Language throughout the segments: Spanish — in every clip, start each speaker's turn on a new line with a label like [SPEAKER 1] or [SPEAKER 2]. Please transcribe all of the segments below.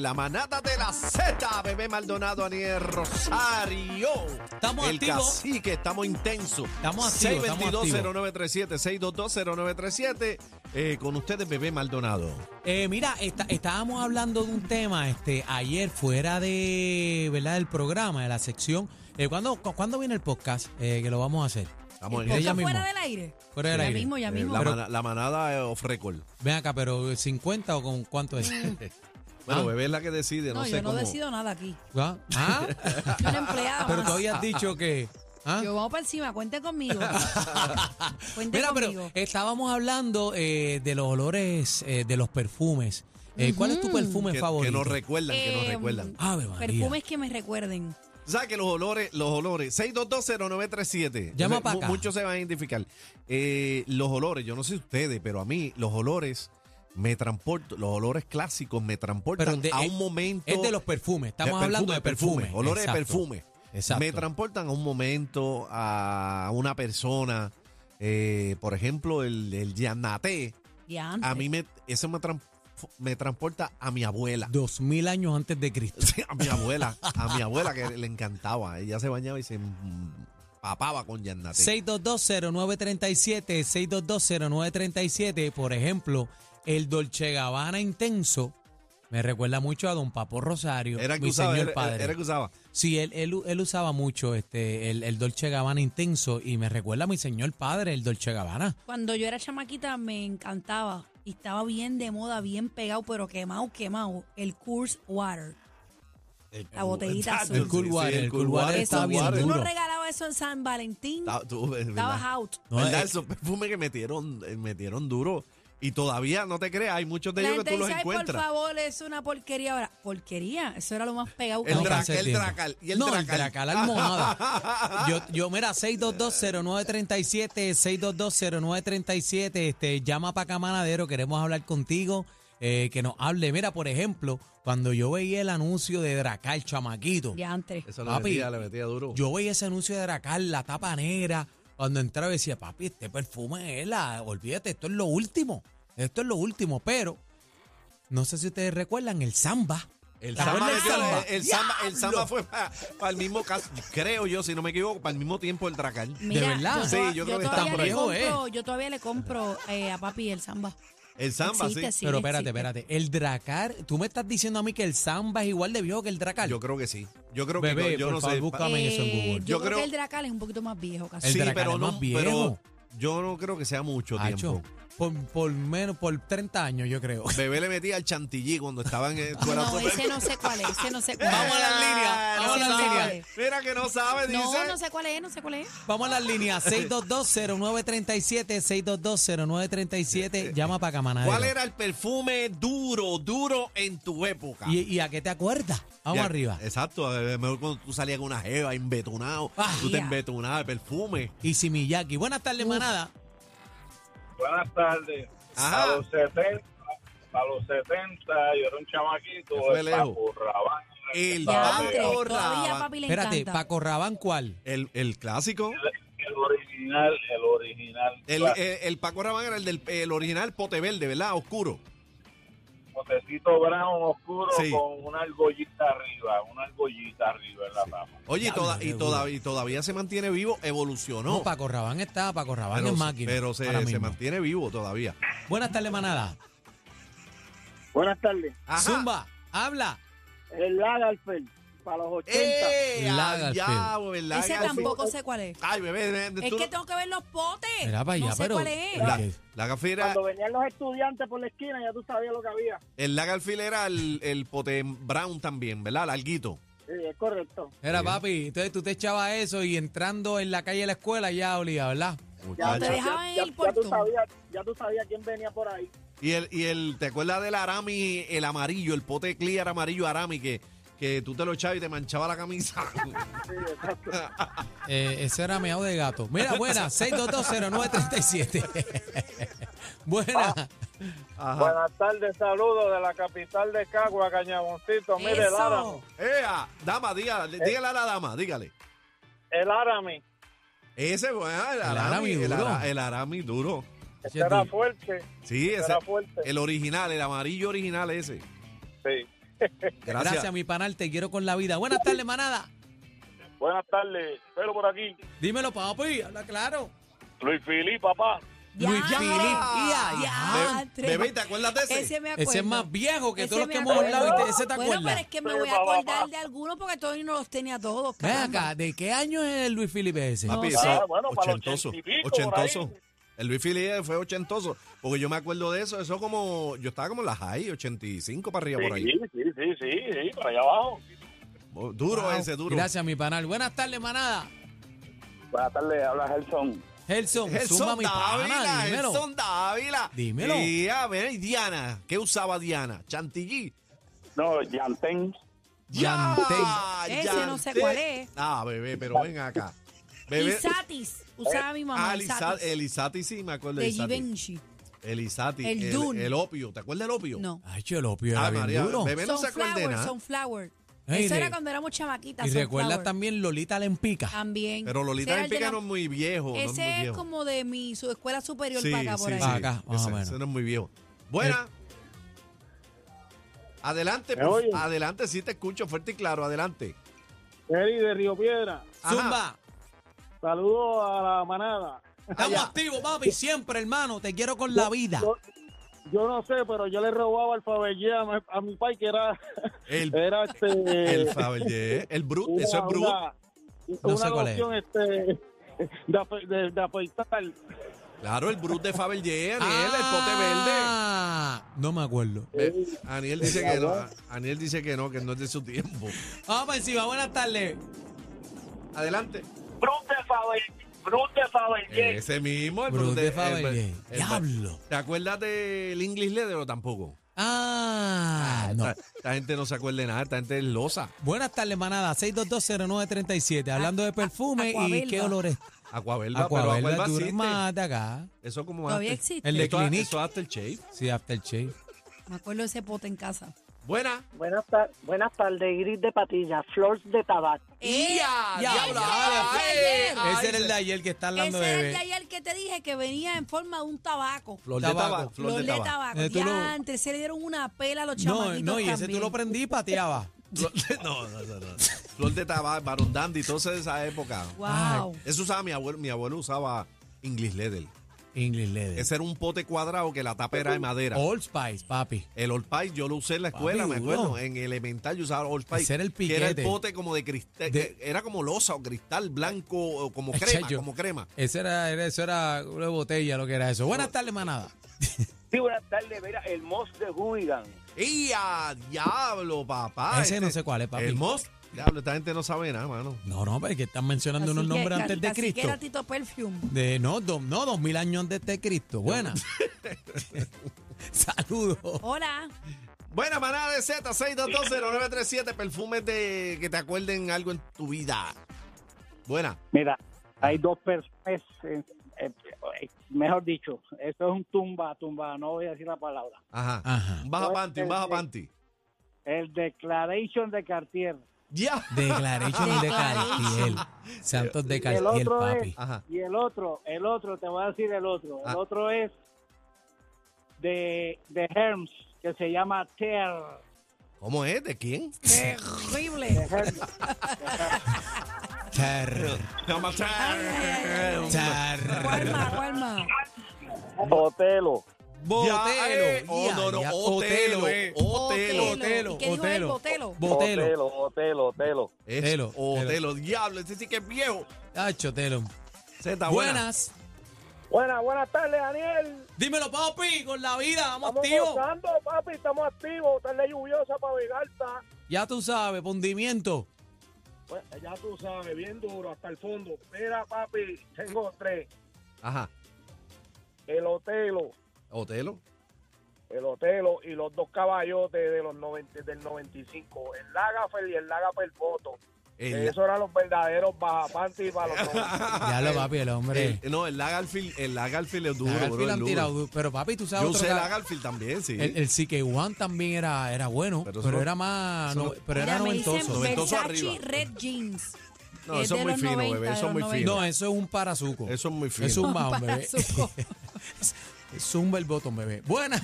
[SPEAKER 1] la manada de la Z, bebé Maldonado, Aniel Rosario.
[SPEAKER 2] Estamos
[SPEAKER 1] el
[SPEAKER 2] activos.
[SPEAKER 1] Cacique, estamos intensos.
[SPEAKER 2] Estamos activos, estamos activos.
[SPEAKER 1] 622-0937, 622-0937. Eh, con ustedes, bebé Maldonado.
[SPEAKER 2] Eh, mira, está- estábamos hablando de un tema este ayer fuera de ¿verdad? del programa, de la sección. Eh, ¿cuándo, cu- ¿Cuándo viene el podcast eh, que lo vamos a hacer?
[SPEAKER 1] Estamos en
[SPEAKER 2] Ella
[SPEAKER 1] ella.
[SPEAKER 2] Podcast mismo.
[SPEAKER 3] fuera del aire.
[SPEAKER 2] Fuera del
[SPEAKER 3] ya
[SPEAKER 2] aire.
[SPEAKER 3] mismo, ya
[SPEAKER 1] Eh,
[SPEAKER 3] mismo.
[SPEAKER 1] la,
[SPEAKER 2] Pero-
[SPEAKER 1] mana- la manada eh, off record.
[SPEAKER 2] Ven acá, pero ¿50 o con cuánto es?
[SPEAKER 3] Mm.
[SPEAKER 1] Bueno,
[SPEAKER 2] Ah.
[SPEAKER 1] bebé es la que decide, no,
[SPEAKER 3] no,
[SPEAKER 1] sé
[SPEAKER 3] yo no
[SPEAKER 1] cómo.
[SPEAKER 3] decido nada aquí.
[SPEAKER 2] ¿Ah? ¿Ah?
[SPEAKER 3] Yo no empleado.
[SPEAKER 2] Pero
[SPEAKER 3] más.
[SPEAKER 2] tú habías dicho que... ¿ah?
[SPEAKER 3] Yo vamos para encima, cuente conmigo. cuente
[SPEAKER 2] Mira, pero
[SPEAKER 3] conmigo.
[SPEAKER 2] estábamos hablando eh, de los olores, eh, de los perfumes. Eh, ¿Cuál es tu perfume
[SPEAKER 1] Que- que,
[SPEAKER 2] favorito?
[SPEAKER 1] nos recuerdan, que nos
[SPEAKER 3] Em,
[SPEAKER 1] recuerdan.
[SPEAKER 2] Ave María.
[SPEAKER 3] Perfumes que me recuerden.
[SPEAKER 1] ¿Sabes que los olores, los olores? 6220937.
[SPEAKER 2] Llama
[SPEAKER 1] Entonces,
[SPEAKER 2] pa'
[SPEAKER 1] mu-
[SPEAKER 2] acá.
[SPEAKER 1] Muchos se van a identificar. Eh, los olores, yo no sé ustedes, pero a mí los olores me transportan, los olores clásicos me transportan
[SPEAKER 2] Pero de-
[SPEAKER 1] a
[SPEAKER 2] es-
[SPEAKER 1] un momento.
[SPEAKER 2] es de los perfumes, estamos hablando de perfume.
[SPEAKER 1] Olores
[SPEAKER 2] Exacto.
[SPEAKER 1] de perfume.
[SPEAKER 2] Exacto.
[SPEAKER 1] Me transportan a un momento, a una persona. eh, por ejemplo, el, el Yanaté.
[SPEAKER 3] Ya.
[SPEAKER 1] A mí me, eso me, tran- me transporta a mi abuela.
[SPEAKER 2] Dos mil años antes de Cristo.
[SPEAKER 1] Sí, a mi abuela, a mi abuela que le encantaba. Ella se bañaba y se papaba con Yannate.
[SPEAKER 2] 6220937, 6220937, por ejemplo, el Dolce Gabbana intenso me recuerda mucho a Don Papo Rosario,
[SPEAKER 1] Era el que
[SPEAKER 2] mi
[SPEAKER 1] usaba.
[SPEAKER 2] señor
[SPEAKER 1] Era,
[SPEAKER 2] padre.
[SPEAKER 1] era el que usaba.
[SPEAKER 2] Sí, él, él- él usaba mucho este el, el Dolce Gabbana intenso y me recuerda a mi señor padre, el Dolce Gabbana.
[SPEAKER 3] Cuando yo era chamaquita me encantaba. Y estaba bien de moda, bien pegado, pero quemado, quemado. El Coors Water. La botellita azul.
[SPEAKER 2] El Cool Water, el Cool Water
[SPEAKER 3] Eso,
[SPEAKER 2] estaba bien
[SPEAKER 3] si tú
[SPEAKER 2] duro.
[SPEAKER 3] no regalabas eso en San Valentín,
[SPEAKER 1] Estaba- tú, es
[SPEAKER 3] estabas
[SPEAKER 1] verdad.
[SPEAKER 3] out.
[SPEAKER 2] No,
[SPEAKER 1] ¿Verdad?
[SPEAKER 2] eh,
[SPEAKER 1] Esos perfumes que metieron, eh, metieron duro. Y todavía, no te creas, hay muchos de
[SPEAKER 3] La
[SPEAKER 1] ellos que
[SPEAKER 3] gente
[SPEAKER 1] tú los
[SPEAKER 3] dice, "Ay, por
[SPEAKER 1] encuentras.
[SPEAKER 3] favor, es una porquería ahora. Porquería, eso era lo más pegado. que
[SPEAKER 1] El,
[SPEAKER 2] No,
[SPEAKER 3] había.
[SPEAKER 1] dra-
[SPEAKER 2] hace
[SPEAKER 1] el
[SPEAKER 2] tiempo.
[SPEAKER 1] dracal. Y el
[SPEAKER 2] no,
[SPEAKER 1] dracal.
[SPEAKER 2] el Dracal almohada. yo, yo, mira, 6220937, 6220937, este, llama para acá, manadero, queremos hablar contigo, eh, que nos hable. Mira, por ejemplo, cuando yo veía el anuncio de Dracal, chamaquito,
[SPEAKER 3] Ya antes.
[SPEAKER 1] Eso le
[SPEAKER 2] Papi,
[SPEAKER 1] metía, le metía duro.
[SPEAKER 2] yo veía ese anuncio de Dracal, la tapa negra, cuando entraba decía, papi, este perfume es la, olvídate, esto es lo último, esto es lo último, pero no sé si ustedes recuerdan el samba.
[SPEAKER 1] el
[SPEAKER 2] ¿Te acuerdas
[SPEAKER 1] samba, metió-
[SPEAKER 2] del samba?
[SPEAKER 1] el samba- el
[SPEAKER 2] ¡Diablo!
[SPEAKER 1] samba fue para el mismo caso, creo yo, si no me equivoco, para el mismo tiempo el dracal.
[SPEAKER 3] Mira,
[SPEAKER 2] verdad?
[SPEAKER 3] yo
[SPEAKER 1] Sí,
[SPEAKER 3] to-
[SPEAKER 1] yo creo que está
[SPEAKER 3] todavía
[SPEAKER 1] por
[SPEAKER 3] le
[SPEAKER 1] ahí.
[SPEAKER 3] compro- Yo todavía le compro eh, a papi el samba.
[SPEAKER 1] El samba,
[SPEAKER 3] Existe,
[SPEAKER 1] sí.
[SPEAKER 3] sí,
[SPEAKER 2] Pero espérate,
[SPEAKER 3] existe.
[SPEAKER 2] espérate. El dracar, tú me estás diciendo a mí que el samba es igual de viejo que el dracar.
[SPEAKER 1] Yo creo que sí. Yo creo
[SPEAKER 2] Bebé,
[SPEAKER 1] que no, yo
[SPEAKER 2] por
[SPEAKER 1] no
[SPEAKER 2] favor,
[SPEAKER 1] sé.
[SPEAKER 2] busca- Búscame eso en Google.
[SPEAKER 3] Yo,
[SPEAKER 1] Yo
[SPEAKER 3] creo,
[SPEAKER 1] creo-
[SPEAKER 3] que el Dracal es un poquito más viejo casi.
[SPEAKER 2] El Dracal es más viejo.
[SPEAKER 1] pero yo no creo que sea mucho
[SPEAKER 2] Acho,
[SPEAKER 1] tiempo.
[SPEAKER 2] por, por menos, por 30 años, yo creo.
[SPEAKER 1] Bebé le metía al chantilly cuando estaban en
[SPEAKER 3] No,
[SPEAKER 1] fuera
[SPEAKER 3] no,
[SPEAKER 1] todo-
[SPEAKER 3] ese no sé cuál es, ese no sé cuál
[SPEAKER 2] Vamos a
[SPEAKER 3] es.
[SPEAKER 2] las líneas, vamos a
[SPEAKER 3] no
[SPEAKER 2] las
[SPEAKER 3] sabe.
[SPEAKER 2] líneas.
[SPEAKER 1] Mira que no sabe, dice.
[SPEAKER 3] No, no sé cuál es, no sé cuál es.
[SPEAKER 2] Vamos a las líneas 6220937, 6220937, llama para Camanadero.
[SPEAKER 1] Eh, ¿Cuál era el perfume duro, duro en tu época?
[SPEAKER 2] ¿Y, y a qué te acuerdas? Vamos
[SPEAKER 1] Ya,
[SPEAKER 2] arriba.
[SPEAKER 1] Exacto, eh, mejor cuando tú salías con una jeva embetunado,
[SPEAKER 2] Ah,
[SPEAKER 1] tú te
[SPEAKER 3] ya.
[SPEAKER 1] embetunabas de perfume.
[SPEAKER 2] Y si Miyagi. Buenas tardes, manada.
[SPEAKER 4] Buenas tardes.
[SPEAKER 1] Ajá.
[SPEAKER 4] A los 70, a los 70, yo era un
[SPEAKER 1] Se
[SPEAKER 4] chamaquito,
[SPEAKER 1] fue
[SPEAKER 4] el
[SPEAKER 1] lejos.
[SPEAKER 4] Paco Rabanne,
[SPEAKER 1] El
[SPEAKER 4] estaba
[SPEAKER 3] Ya
[SPEAKER 1] Paco
[SPEAKER 4] pegado.
[SPEAKER 3] antes, todavía
[SPEAKER 1] Rabanne.
[SPEAKER 3] a papi le
[SPEAKER 2] Espérate,
[SPEAKER 3] encanta.
[SPEAKER 2] Paco Rabán, ¿cuál?
[SPEAKER 1] El, el clásico.
[SPEAKER 4] El original, el original.
[SPEAKER 1] El, eh,
[SPEAKER 4] claro,
[SPEAKER 1] el- el Paco Rabanne era el, del, el original pote verde, ¿verdad? Oscuro.
[SPEAKER 4] botecito brown oscuro
[SPEAKER 1] Sí.
[SPEAKER 4] con una argollita arriba, una argollita arriba en la tapa.
[SPEAKER 1] Oye, y,
[SPEAKER 2] Diablo,
[SPEAKER 1] toda-
[SPEAKER 2] qué
[SPEAKER 1] y,
[SPEAKER 2] duro.
[SPEAKER 1] toda- y todavía se mantiene vivo, evolucionó.
[SPEAKER 2] No, Paco Rabán está, Paco Rabán
[SPEAKER 1] pero,
[SPEAKER 2] es máquina.
[SPEAKER 1] pero se,
[SPEAKER 2] ahora
[SPEAKER 1] se
[SPEAKER 2] mismo.
[SPEAKER 1] mantiene vivo todavía.
[SPEAKER 2] Buenas tardes, manada.
[SPEAKER 5] Buenas tardes.
[SPEAKER 1] Ajá.
[SPEAKER 2] Zumba, habla.
[SPEAKER 5] El Lagerfeld para los 80.
[SPEAKER 1] ¡Eh!
[SPEAKER 2] Lagerfeld.
[SPEAKER 1] diablo, el
[SPEAKER 3] Ese
[SPEAKER 1] Lagerfeld.
[SPEAKER 3] tampoco sé cuál es.
[SPEAKER 1] Ay, bebé, bebé, tú
[SPEAKER 3] Es
[SPEAKER 1] no-
[SPEAKER 3] que tengo que ver los potes.
[SPEAKER 2] Mira para allá,
[SPEAKER 3] no sé
[SPEAKER 2] pero-
[SPEAKER 3] cuál es.
[SPEAKER 1] la, la gafera-
[SPEAKER 5] Cuando venían los estudiantes por la esquina ya tú sabías lo que había.
[SPEAKER 1] el Lagerfeld era el, el pote brown también, ¿verdad? Larguito.
[SPEAKER 5] Sí, es correcto.
[SPEAKER 2] Era papi, entonces tú te echabas eso y entrando en la calle de la escuela ya olía, ¿verdad?
[SPEAKER 3] Ya te
[SPEAKER 1] Muchacho.
[SPEAKER 3] dejaban en
[SPEAKER 5] ya,
[SPEAKER 3] el
[SPEAKER 5] ya tú
[SPEAKER 3] portón.
[SPEAKER 5] sabías, ya tú sabías quién venía por ahí.
[SPEAKER 1] Y el, y el, ¿te acuerdas del arami, el amarillo, el pote clear amarillo arami que, que tú te lo echabas y te manchaba la camisa?
[SPEAKER 5] Sí, exacto.
[SPEAKER 2] Eh, ese era meado de gato. Mira, buena, 6220937. buena.
[SPEAKER 1] Ajá.
[SPEAKER 4] Buenas tardes, saludos de la capital de Cagua, Cañaboncito. Mire, el
[SPEAKER 3] Eso.
[SPEAKER 4] Árame,
[SPEAKER 1] ¡Ea! Dama, dígale, dígale a la dama, dígale.
[SPEAKER 4] el Árame,
[SPEAKER 1] Ese, bueno, el, arami,
[SPEAKER 2] arami
[SPEAKER 1] el,
[SPEAKER 2] duro.
[SPEAKER 1] ara- el arami duro.
[SPEAKER 4] ese este era fuerte,
[SPEAKER 1] Sí,
[SPEAKER 4] ese
[SPEAKER 1] ese,
[SPEAKER 4] era fuerte.
[SPEAKER 1] el original, el amarillo original ese.
[SPEAKER 4] Sí.
[SPEAKER 1] Gracias.
[SPEAKER 2] mi panal, te quiero con la vida. Buenas tardes, manada.
[SPEAKER 4] Buenas tardes, pero por aquí.
[SPEAKER 2] Dímelo, papi, habla claro.
[SPEAKER 4] Luis Filipe, papá.
[SPEAKER 2] Luis
[SPEAKER 3] Ya,
[SPEAKER 2] Filipe.
[SPEAKER 3] ya, ya,
[SPEAKER 1] Ah, Be- Bebita, acuérdate ese.
[SPEAKER 3] Ese me acuerdo.
[SPEAKER 2] Ese es más viejo que
[SPEAKER 3] Ese
[SPEAKER 2] todos los
[SPEAKER 3] me
[SPEAKER 2] que hemos
[SPEAKER 3] acuerdo.
[SPEAKER 2] hablado y te- ese te acuerdas.
[SPEAKER 3] Bueno, pero es que me
[SPEAKER 4] Sí,
[SPEAKER 3] voy a
[SPEAKER 4] papá,
[SPEAKER 3] acordar
[SPEAKER 4] papá.
[SPEAKER 3] de algunos porque Tony no los tenía todos.
[SPEAKER 2] Ven
[SPEAKER 3] caramba.
[SPEAKER 2] acá, ¿de qué año es el Luis Felipe ese?
[SPEAKER 3] No.
[SPEAKER 1] Papi,
[SPEAKER 3] sé.
[SPEAKER 1] eso es
[SPEAKER 4] Ah, bueno, para los
[SPEAKER 1] ochentoso.
[SPEAKER 4] ochenta y pico, por
[SPEAKER 1] Ochentoso.
[SPEAKER 4] ahí.
[SPEAKER 1] El Luis Filipe fue ochentoso. Porque yo me acuerdo de eso. Eso como. Yo estaba como en la high, 85 para arriba
[SPEAKER 4] Sí,
[SPEAKER 1] por ahí.
[SPEAKER 4] sí, sí, sí, sí, sí, para allá abajo.
[SPEAKER 1] Oh, Duro
[SPEAKER 2] Wow.
[SPEAKER 1] ese, duro.
[SPEAKER 2] Gracias, mi panal. Buenas tardes, manada.
[SPEAKER 5] Buenas tardes, habla Gerson.
[SPEAKER 2] Gelson, zumba
[SPEAKER 1] Gerson
[SPEAKER 2] mi pana,
[SPEAKER 1] Dávila,
[SPEAKER 2] dímelo.
[SPEAKER 1] Gerson Dávila.
[SPEAKER 2] Dímelo.
[SPEAKER 1] Y a ver, y Diana, ¿qué usaba Diana? Chantilly.
[SPEAKER 5] No, Yantén.
[SPEAKER 3] Ese no sé
[SPEAKER 1] Yantén.
[SPEAKER 3] cuál es.
[SPEAKER 1] Ah, bebé, pero ven acá. Bebé.
[SPEAKER 3] Isatis, usaba mi mamá.
[SPEAKER 1] Ah, Elisa-
[SPEAKER 3] Isatis,
[SPEAKER 1] Elizati, sí, me acuerdo de
[SPEAKER 3] de
[SPEAKER 1] Elizati.
[SPEAKER 3] Givenchy.
[SPEAKER 1] Elizati,
[SPEAKER 3] El
[SPEAKER 1] el,
[SPEAKER 3] Dune.
[SPEAKER 1] el opio. ¿Te acuerdas del opio?
[SPEAKER 3] No.
[SPEAKER 2] Ay, yo lo pido,
[SPEAKER 1] Ah,
[SPEAKER 2] era bien
[SPEAKER 1] María,
[SPEAKER 2] duro.
[SPEAKER 1] bebé no se acuerda de
[SPEAKER 3] Sunflower,
[SPEAKER 1] nada.
[SPEAKER 3] Sunflower.
[SPEAKER 2] Ey,
[SPEAKER 3] Eso
[SPEAKER 2] de-
[SPEAKER 3] era cuando éramos chamaquitas.
[SPEAKER 2] Y recuerda
[SPEAKER 3] Sunflower.
[SPEAKER 2] también Lolita Lempica.
[SPEAKER 3] También.
[SPEAKER 1] Pero
[SPEAKER 3] Ese
[SPEAKER 1] Lolita
[SPEAKER 3] era
[SPEAKER 1] del
[SPEAKER 3] el de la-
[SPEAKER 1] Pícaro es muy viejo. no es
[SPEAKER 3] Ese
[SPEAKER 1] muy
[SPEAKER 3] es
[SPEAKER 1] viejo.
[SPEAKER 3] como de mi su escuela superior
[SPEAKER 1] Sí,
[SPEAKER 3] para acá,
[SPEAKER 1] sí,
[SPEAKER 3] por ahí.
[SPEAKER 1] sí.
[SPEAKER 2] Acá, más o
[SPEAKER 1] Ese-
[SPEAKER 2] menos. Eh.
[SPEAKER 1] ese no es muy viejo. Buena. Adelante,
[SPEAKER 4] ¿Me
[SPEAKER 1] por-
[SPEAKER 4] oyen?
[SPEAKER 1] adelante, sí te escucho fuerte y claro, adelante.
[SPEAKER 5] Eri de Río Piedra.
[SPEAKER 1] Ajá.
[SPEAKER 2] Zumba,
[SPEAKER 5] Saludos a la manada.
[SPEAKER 2] estamos activos, papi, siempre, hermano. Te quiero con la vida.
[SPEAKER 5] Yo, yo no sé, pero yo le robaba el Fabergé a, mi- a mi pai que era,
[SPEAKER 1] El,
[SPEAKER 5] era este,
[SPEAKER 1] el Fabergé, el Brut,
[SPEAKER 5] una,
[SPEAKER 1] eso es Brut.
[SPEAKER 5] una,
[SPEAKER 2] No
[SPEAKER 5] una
[SPEAKER 2] sé cuál es.
[SPEAKER 5] loción, este, de, afe- de, de afeitar.
[SPEAKER 1] Claro, el Brut de Fabergé, Aniel,
[SPEAKER 2] Ah, No me acuerdo.
[SPEAKER 1] el pote verde. Ve, Aniel dice que no, Aniel dice que no, que no es de su tiempo.
[SPEAKER 2] Vamos para encima, buenas tardes.
[SPEAKER 1] Adelante.
[SPEAKER 5] Brut de Fabergé. Brut de Fabergé.
[SPEAKER 1] Eh, Ese mismo, el
[SPEAKER 2] Brut de
[SPEAKER 1] el-
[SPEAKER 2] Fabergé.
[SPEAKER 1] el-
[SPEAKER 2] Diablo.
[SPEAKER 1] ¿Te acuerdas del English Leather o tampoco?
[SPEAKER 2] Ah, no.
[SPEAKER 1] Esta, esta gente no se acuerda de nada, esta gente es losa.
[SPEAKER 2] Buenas tardes, manada. 6220937. Hablando de perfume y
[SPEAKER 3] Aquavelva.
[SPEAKER 2] qué olores.
[SPEAKER 1] Acuabelva, pero
[SPEAKER 2] Acuavelva
[SPEAKER 1] Acuabelva
[SPEAKER 2] dura
[SPEAKER 1] existe.
[SPEAKER 2] más de acá.
[SPEAKER 1] Eso como
[SPEAKER 3] Todavía
[SPEAKER 1] antes.
[SPEAKER 3] existe.
[SPEAKER 2] El de
[SPEAKER 1] Esto-
[SPEAKER 2] Clinique.
[SPEAKER 1] Eso hasta el shave.
[SPEAKER 2] Sí, aftershave.
[SPEAKER 3] Me acuerdo de ese pote en casa.
[SPEAKER 1] Buena.
[SPEAKER 5] Buenas, tar- buenas tardes, Gris de Patilla, Flores de Tabaco.
[SPEAKER 3] Eh, ¡Ya!
[SPEAKER 2] Diablo,
[SPEAKER 3] ¡Ese
[SPEAKER 2] ahora.
[SPEAKER 3] era el de ayer!
[SPEAKER 2] Ese era el de ayer que está hablando
[SPEAKER 3] Ese
[SPEAKER 2] de
[SPEAKER 3] era el de
[SPEAKER 2] bebé.
[SPEAKER 3] ayer que te dije que venía en forma de un tabaco.
[SPEAKER 1] Flor de
[SPEAKER 2] Tabaco.
[SPEAKER 1] tabaco. Flor de tabaco.
[SPEAKER 2] Eh, tú lo-
[SPEAKER 3] Diantre, se le dieron una pela a los
[SPEAKER 2] No,
[SPEAKER 3] chamaquitos
[SPEAKER 2] no, y ese tú
[SPEAKER 3] también.
[SPEAKER 2] lo prendí y pateaba.
[SPEAKER 1] Flor de- No, no, no, no. Flor de tabaco, Barón Dandy, todo eso de esa época.
[SPEAKER 3] Wow.
[SPEAKER 1] Eso usaba mi abuelo. Mi abuelo usaba English Leather.
[SPEAKER 2] English Leather.
[SPEAKER 1] Ese era un pote cuadrado que la tapa era de madera.
[SPEAKER 2] Old Spice, papi.
[SPEAKER 1] El Old Spice yo lo usé en la
[SPEAKER 2] Papi,
[SPEAKER 1] escuela, me acuerdo.
[SPEAKER 2] duro.
[SPEAKER 1] En elemental yo usaba Old Spice.
[SPEAKER 2] Ese era el
[SPEAKER 1] que era el
[SPEAKER 2] piquete.
[SPEAKER 1] pote como de cristal.
[SPEAKER 2] De-
[SPEAKER 1] Era como losa o cristal blanco, o como
[SPEAKER 2] Echa
[SPEAKER 1] crema,
[SPEAKER 2] yo.
[SPEAKER 1] como crema.
[SPEAKER 2] Ese era, era- eso era una botella lo que era eso. Buenas tardes, manada.
[SPEAKER 6] Sí, buenas tardes. Mira, el Moss de Hooligan.
[SPEAKER 1] ¡Y a diablo, papá! Este
[SPEAKER 2] Ese no sé cuál es, papi.
[SPEAKER 1] El Moss. Diablo, esta gente no sabe nada, mano.
[SPEAKER 2] No, no, pero es que están mencionando unos
[SPEAKER 3] Así que-
[SPEAKER 2] nombres antes de
[SPEAKER 3] así que era
[SPEAKER 2] Cristo.
[SPEAKER 3] Tito Perfume.
[SPEAKER 2] De, no, dos, no, dos mil años antes de Cristo. Buena. Saludos.
[SPEAKER 3] Hola.
[SPEAKER 1] Buena manada de Z, 6220937, perfumes de que te acuerden algo en tu vida. Buena.
[SPEAKER 5] Mira, hay dos personas, eh, eh, eh, mejor dicho, eso es un tumba, tumba, no voy a decir la palabra.
[SPEAKER 1] Ajá.
[SPEAKER 2] Ajá.
[SPEAKER 1] Un baja
[SPEAKER 5] Pues,
[SPEAKER 1] panty, un
[SPEAKER 5] eh,
[SPEAKER 1] baja
[SPEAKER 5] eh.
[SPEAKER 1] panty.
[SPEAKER 5] El Declaration de Cartier.
[SPEAKER 1] Ya.
[SPEAKER 2] Declaration de Cartiel. Santos de Cartiel,
[SPEAKER 5] otro es-
[SPEAKER 2] papi.
[SPEAKER 1] Ajá.
[SPEAKER 5] Y el otro, el otro, te voy a decir el otro. El
[SPEAKER 1] Ah.
[SPEAKER 5] otro es de, de Hermes, que se llama Ter.
[SPEAKER 1] ¿Cómo es? ¿De quién?
[SPEAKER 5] De
[SPEAKER 3] Terrible.
[SPEAKER 5] Hermes.
[SPEAKER 2] Char,
[SPEAKER 1] eh,
[SPEAKER 2] char.
[SPEAKER 3] Guarma, guarma.
[SPEAKER 6] Otelo.
[SPEAKER 1] Ya, eh.
[SPEAKER 2] Botelo.
[SPEAKER 1] Oh, no, no,
[SPEAKER 2] Ya, ya.
[SPEAKER 1] Otelo,
[SPEAKER 2] eh.
[SPEAKER 1] Otelo.
[SPEAKER 2] Botelo,
[SPEAKER 3] ¿Y qué dijo él?
[SPEAKER 2] Botelo.
[SPEAKER 3] Botelo.
[SPEAKER 2] Botelo.
[SPEAKER 6] Otelo, Otelo, Otelo.
[SPEAKER 1] Es
[SPEAKER 2] Telo,
[SPEAKER 1] Otelo, diablo, ese sí que es viejo.
[SPEAKER 2] Tacho, Telo.
[SPEAKER 1] Z, buena.
[SPEAKER 2] Buenas.
[SPEAKER 6] Buenas, buenas tardes, Daniel.
[SPEAKER 2] Dímelo, papi, con la vida, vamos
[SPEAKER 6] Estamos
[SPEAKER 2] activo.
[SPEAKER 6] gozando, papi. Estamos activos. Tarde lluviosa para virarta.
[SPEAKER 2] Ya tú sabes, pondimiento.
[SPEAKER 6] Bueno, Pues, ya tú sabes, bien duro, hasta el fondo. Mira, papi, tengo tres.
[SPEAKER 1] Ajá.
[SPEAKER 6] El Otelo,
[SPEAKER 1] Otelo.
[SPEAKER 6] el Otelo y los dos caballotes de los 90, del 95. El Lagafel y el Lagafel Poto.
[SPEAKER 1] El-
[SPEAKER 6] Esos eran los verdaderos bajapantes para los 90.
[SPEAKER 2] Ya
[SPEAKER 1] Ah,
[SPEAKER 2] lo, papi, el hombre.
[SPEAKER 1] el- no, el Lagarfield, el Lagarfield es eh, duro,
[SPEAKER 2] Lagarfield
[SPEAKER 1] bro, es
[SPEAKER 2] han
[SPEAKER 1] duro.
[SPEAKER 2] tirado duro. Pero, papi, tú sabes
[SPEAKER 1] Yo
[SPEAKER 2] otro
[SPEAKER 1] usé
[SPEAKER 2] ca-
[SPEAKER 1] Lagarfield también, sí.
[SPEAKER 2] El, el CK1 también era, era bueno,
[SPEAKER 1] Pero
[SPEAKER 2] pero,
[SPEAKER 1] eso no-
[SPEAKER 2] era más.
[SPEAKER 1] eso
[SPEAKER 2] no-
[SPEAKER 1] no-
[SPEAKER 2] pero era
[SPEAKER 3] Mira, me dicen
[SPEAKER 2] noventoso.
[SPEAKER 1] Noventoso
[SPEAKER 3] Versace
[SPEAKER 1] arriba.
[SPEAKER 3] Red Jeans.
[SPEAKER 1] No,
[SPEAKER 3] Es
[SPEAKER 1] eso es
[SPEAKER 3] de
[SPEAKER 1] muy
[SPEAKER 3] los
[SPEAKER 1] fino,
[SPEAKER 3] 90,
[SPEAKER 1] bebé, eso
[SPEAKER 3] de
[SPEAKER 1] es
[SPEAKER 3] los
[SPEAKER 1] muy
[SPEAKER 3] 90.
[SPEAKER 1] fino.
[SPEAKER 2] No, eso es un parazuco.
[SPEAKER 1] Eso es muy fino.
[SPEAKER 2] Es un mound, bebé.
[SPEAKER 3] Parazuco.
[SPEAKER 2] Zumba el botón, bebé. Buena.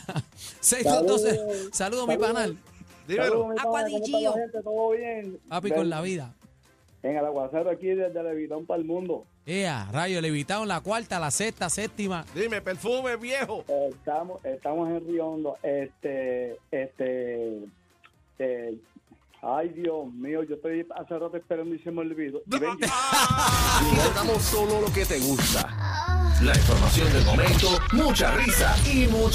[SPEAKER 2] 612. Saludos, mi panal.
[SPEAKER 1] Dímelo.
[SPEAKER 3] mi Agua padre, de ¿cómo está la Gio.
[SPEAKER 5] Todo bien.
[SPEAKER 2] Papi, con la vida.
[SPEAKER 5] En el aguacero aquí desde Levitón para el mundo.
[SPEAKER 2] Ea, rayo, levitado en la cuarta, la sexta, séptima.
[SPEAKER 1] Dime, perfume viejo.
[SPEAKER 5] Eh, Estamos, estamos en Río Hondo. Este, este, eh, ay Dios mío, yo estoy hace rato esperando y se me olvidó. Y ven, yo-
[SPEAKER 1] Ah,
[SPEAKER 7] Aquí te damos solo lo que te gusta. La información del momento, mucha risa y mucha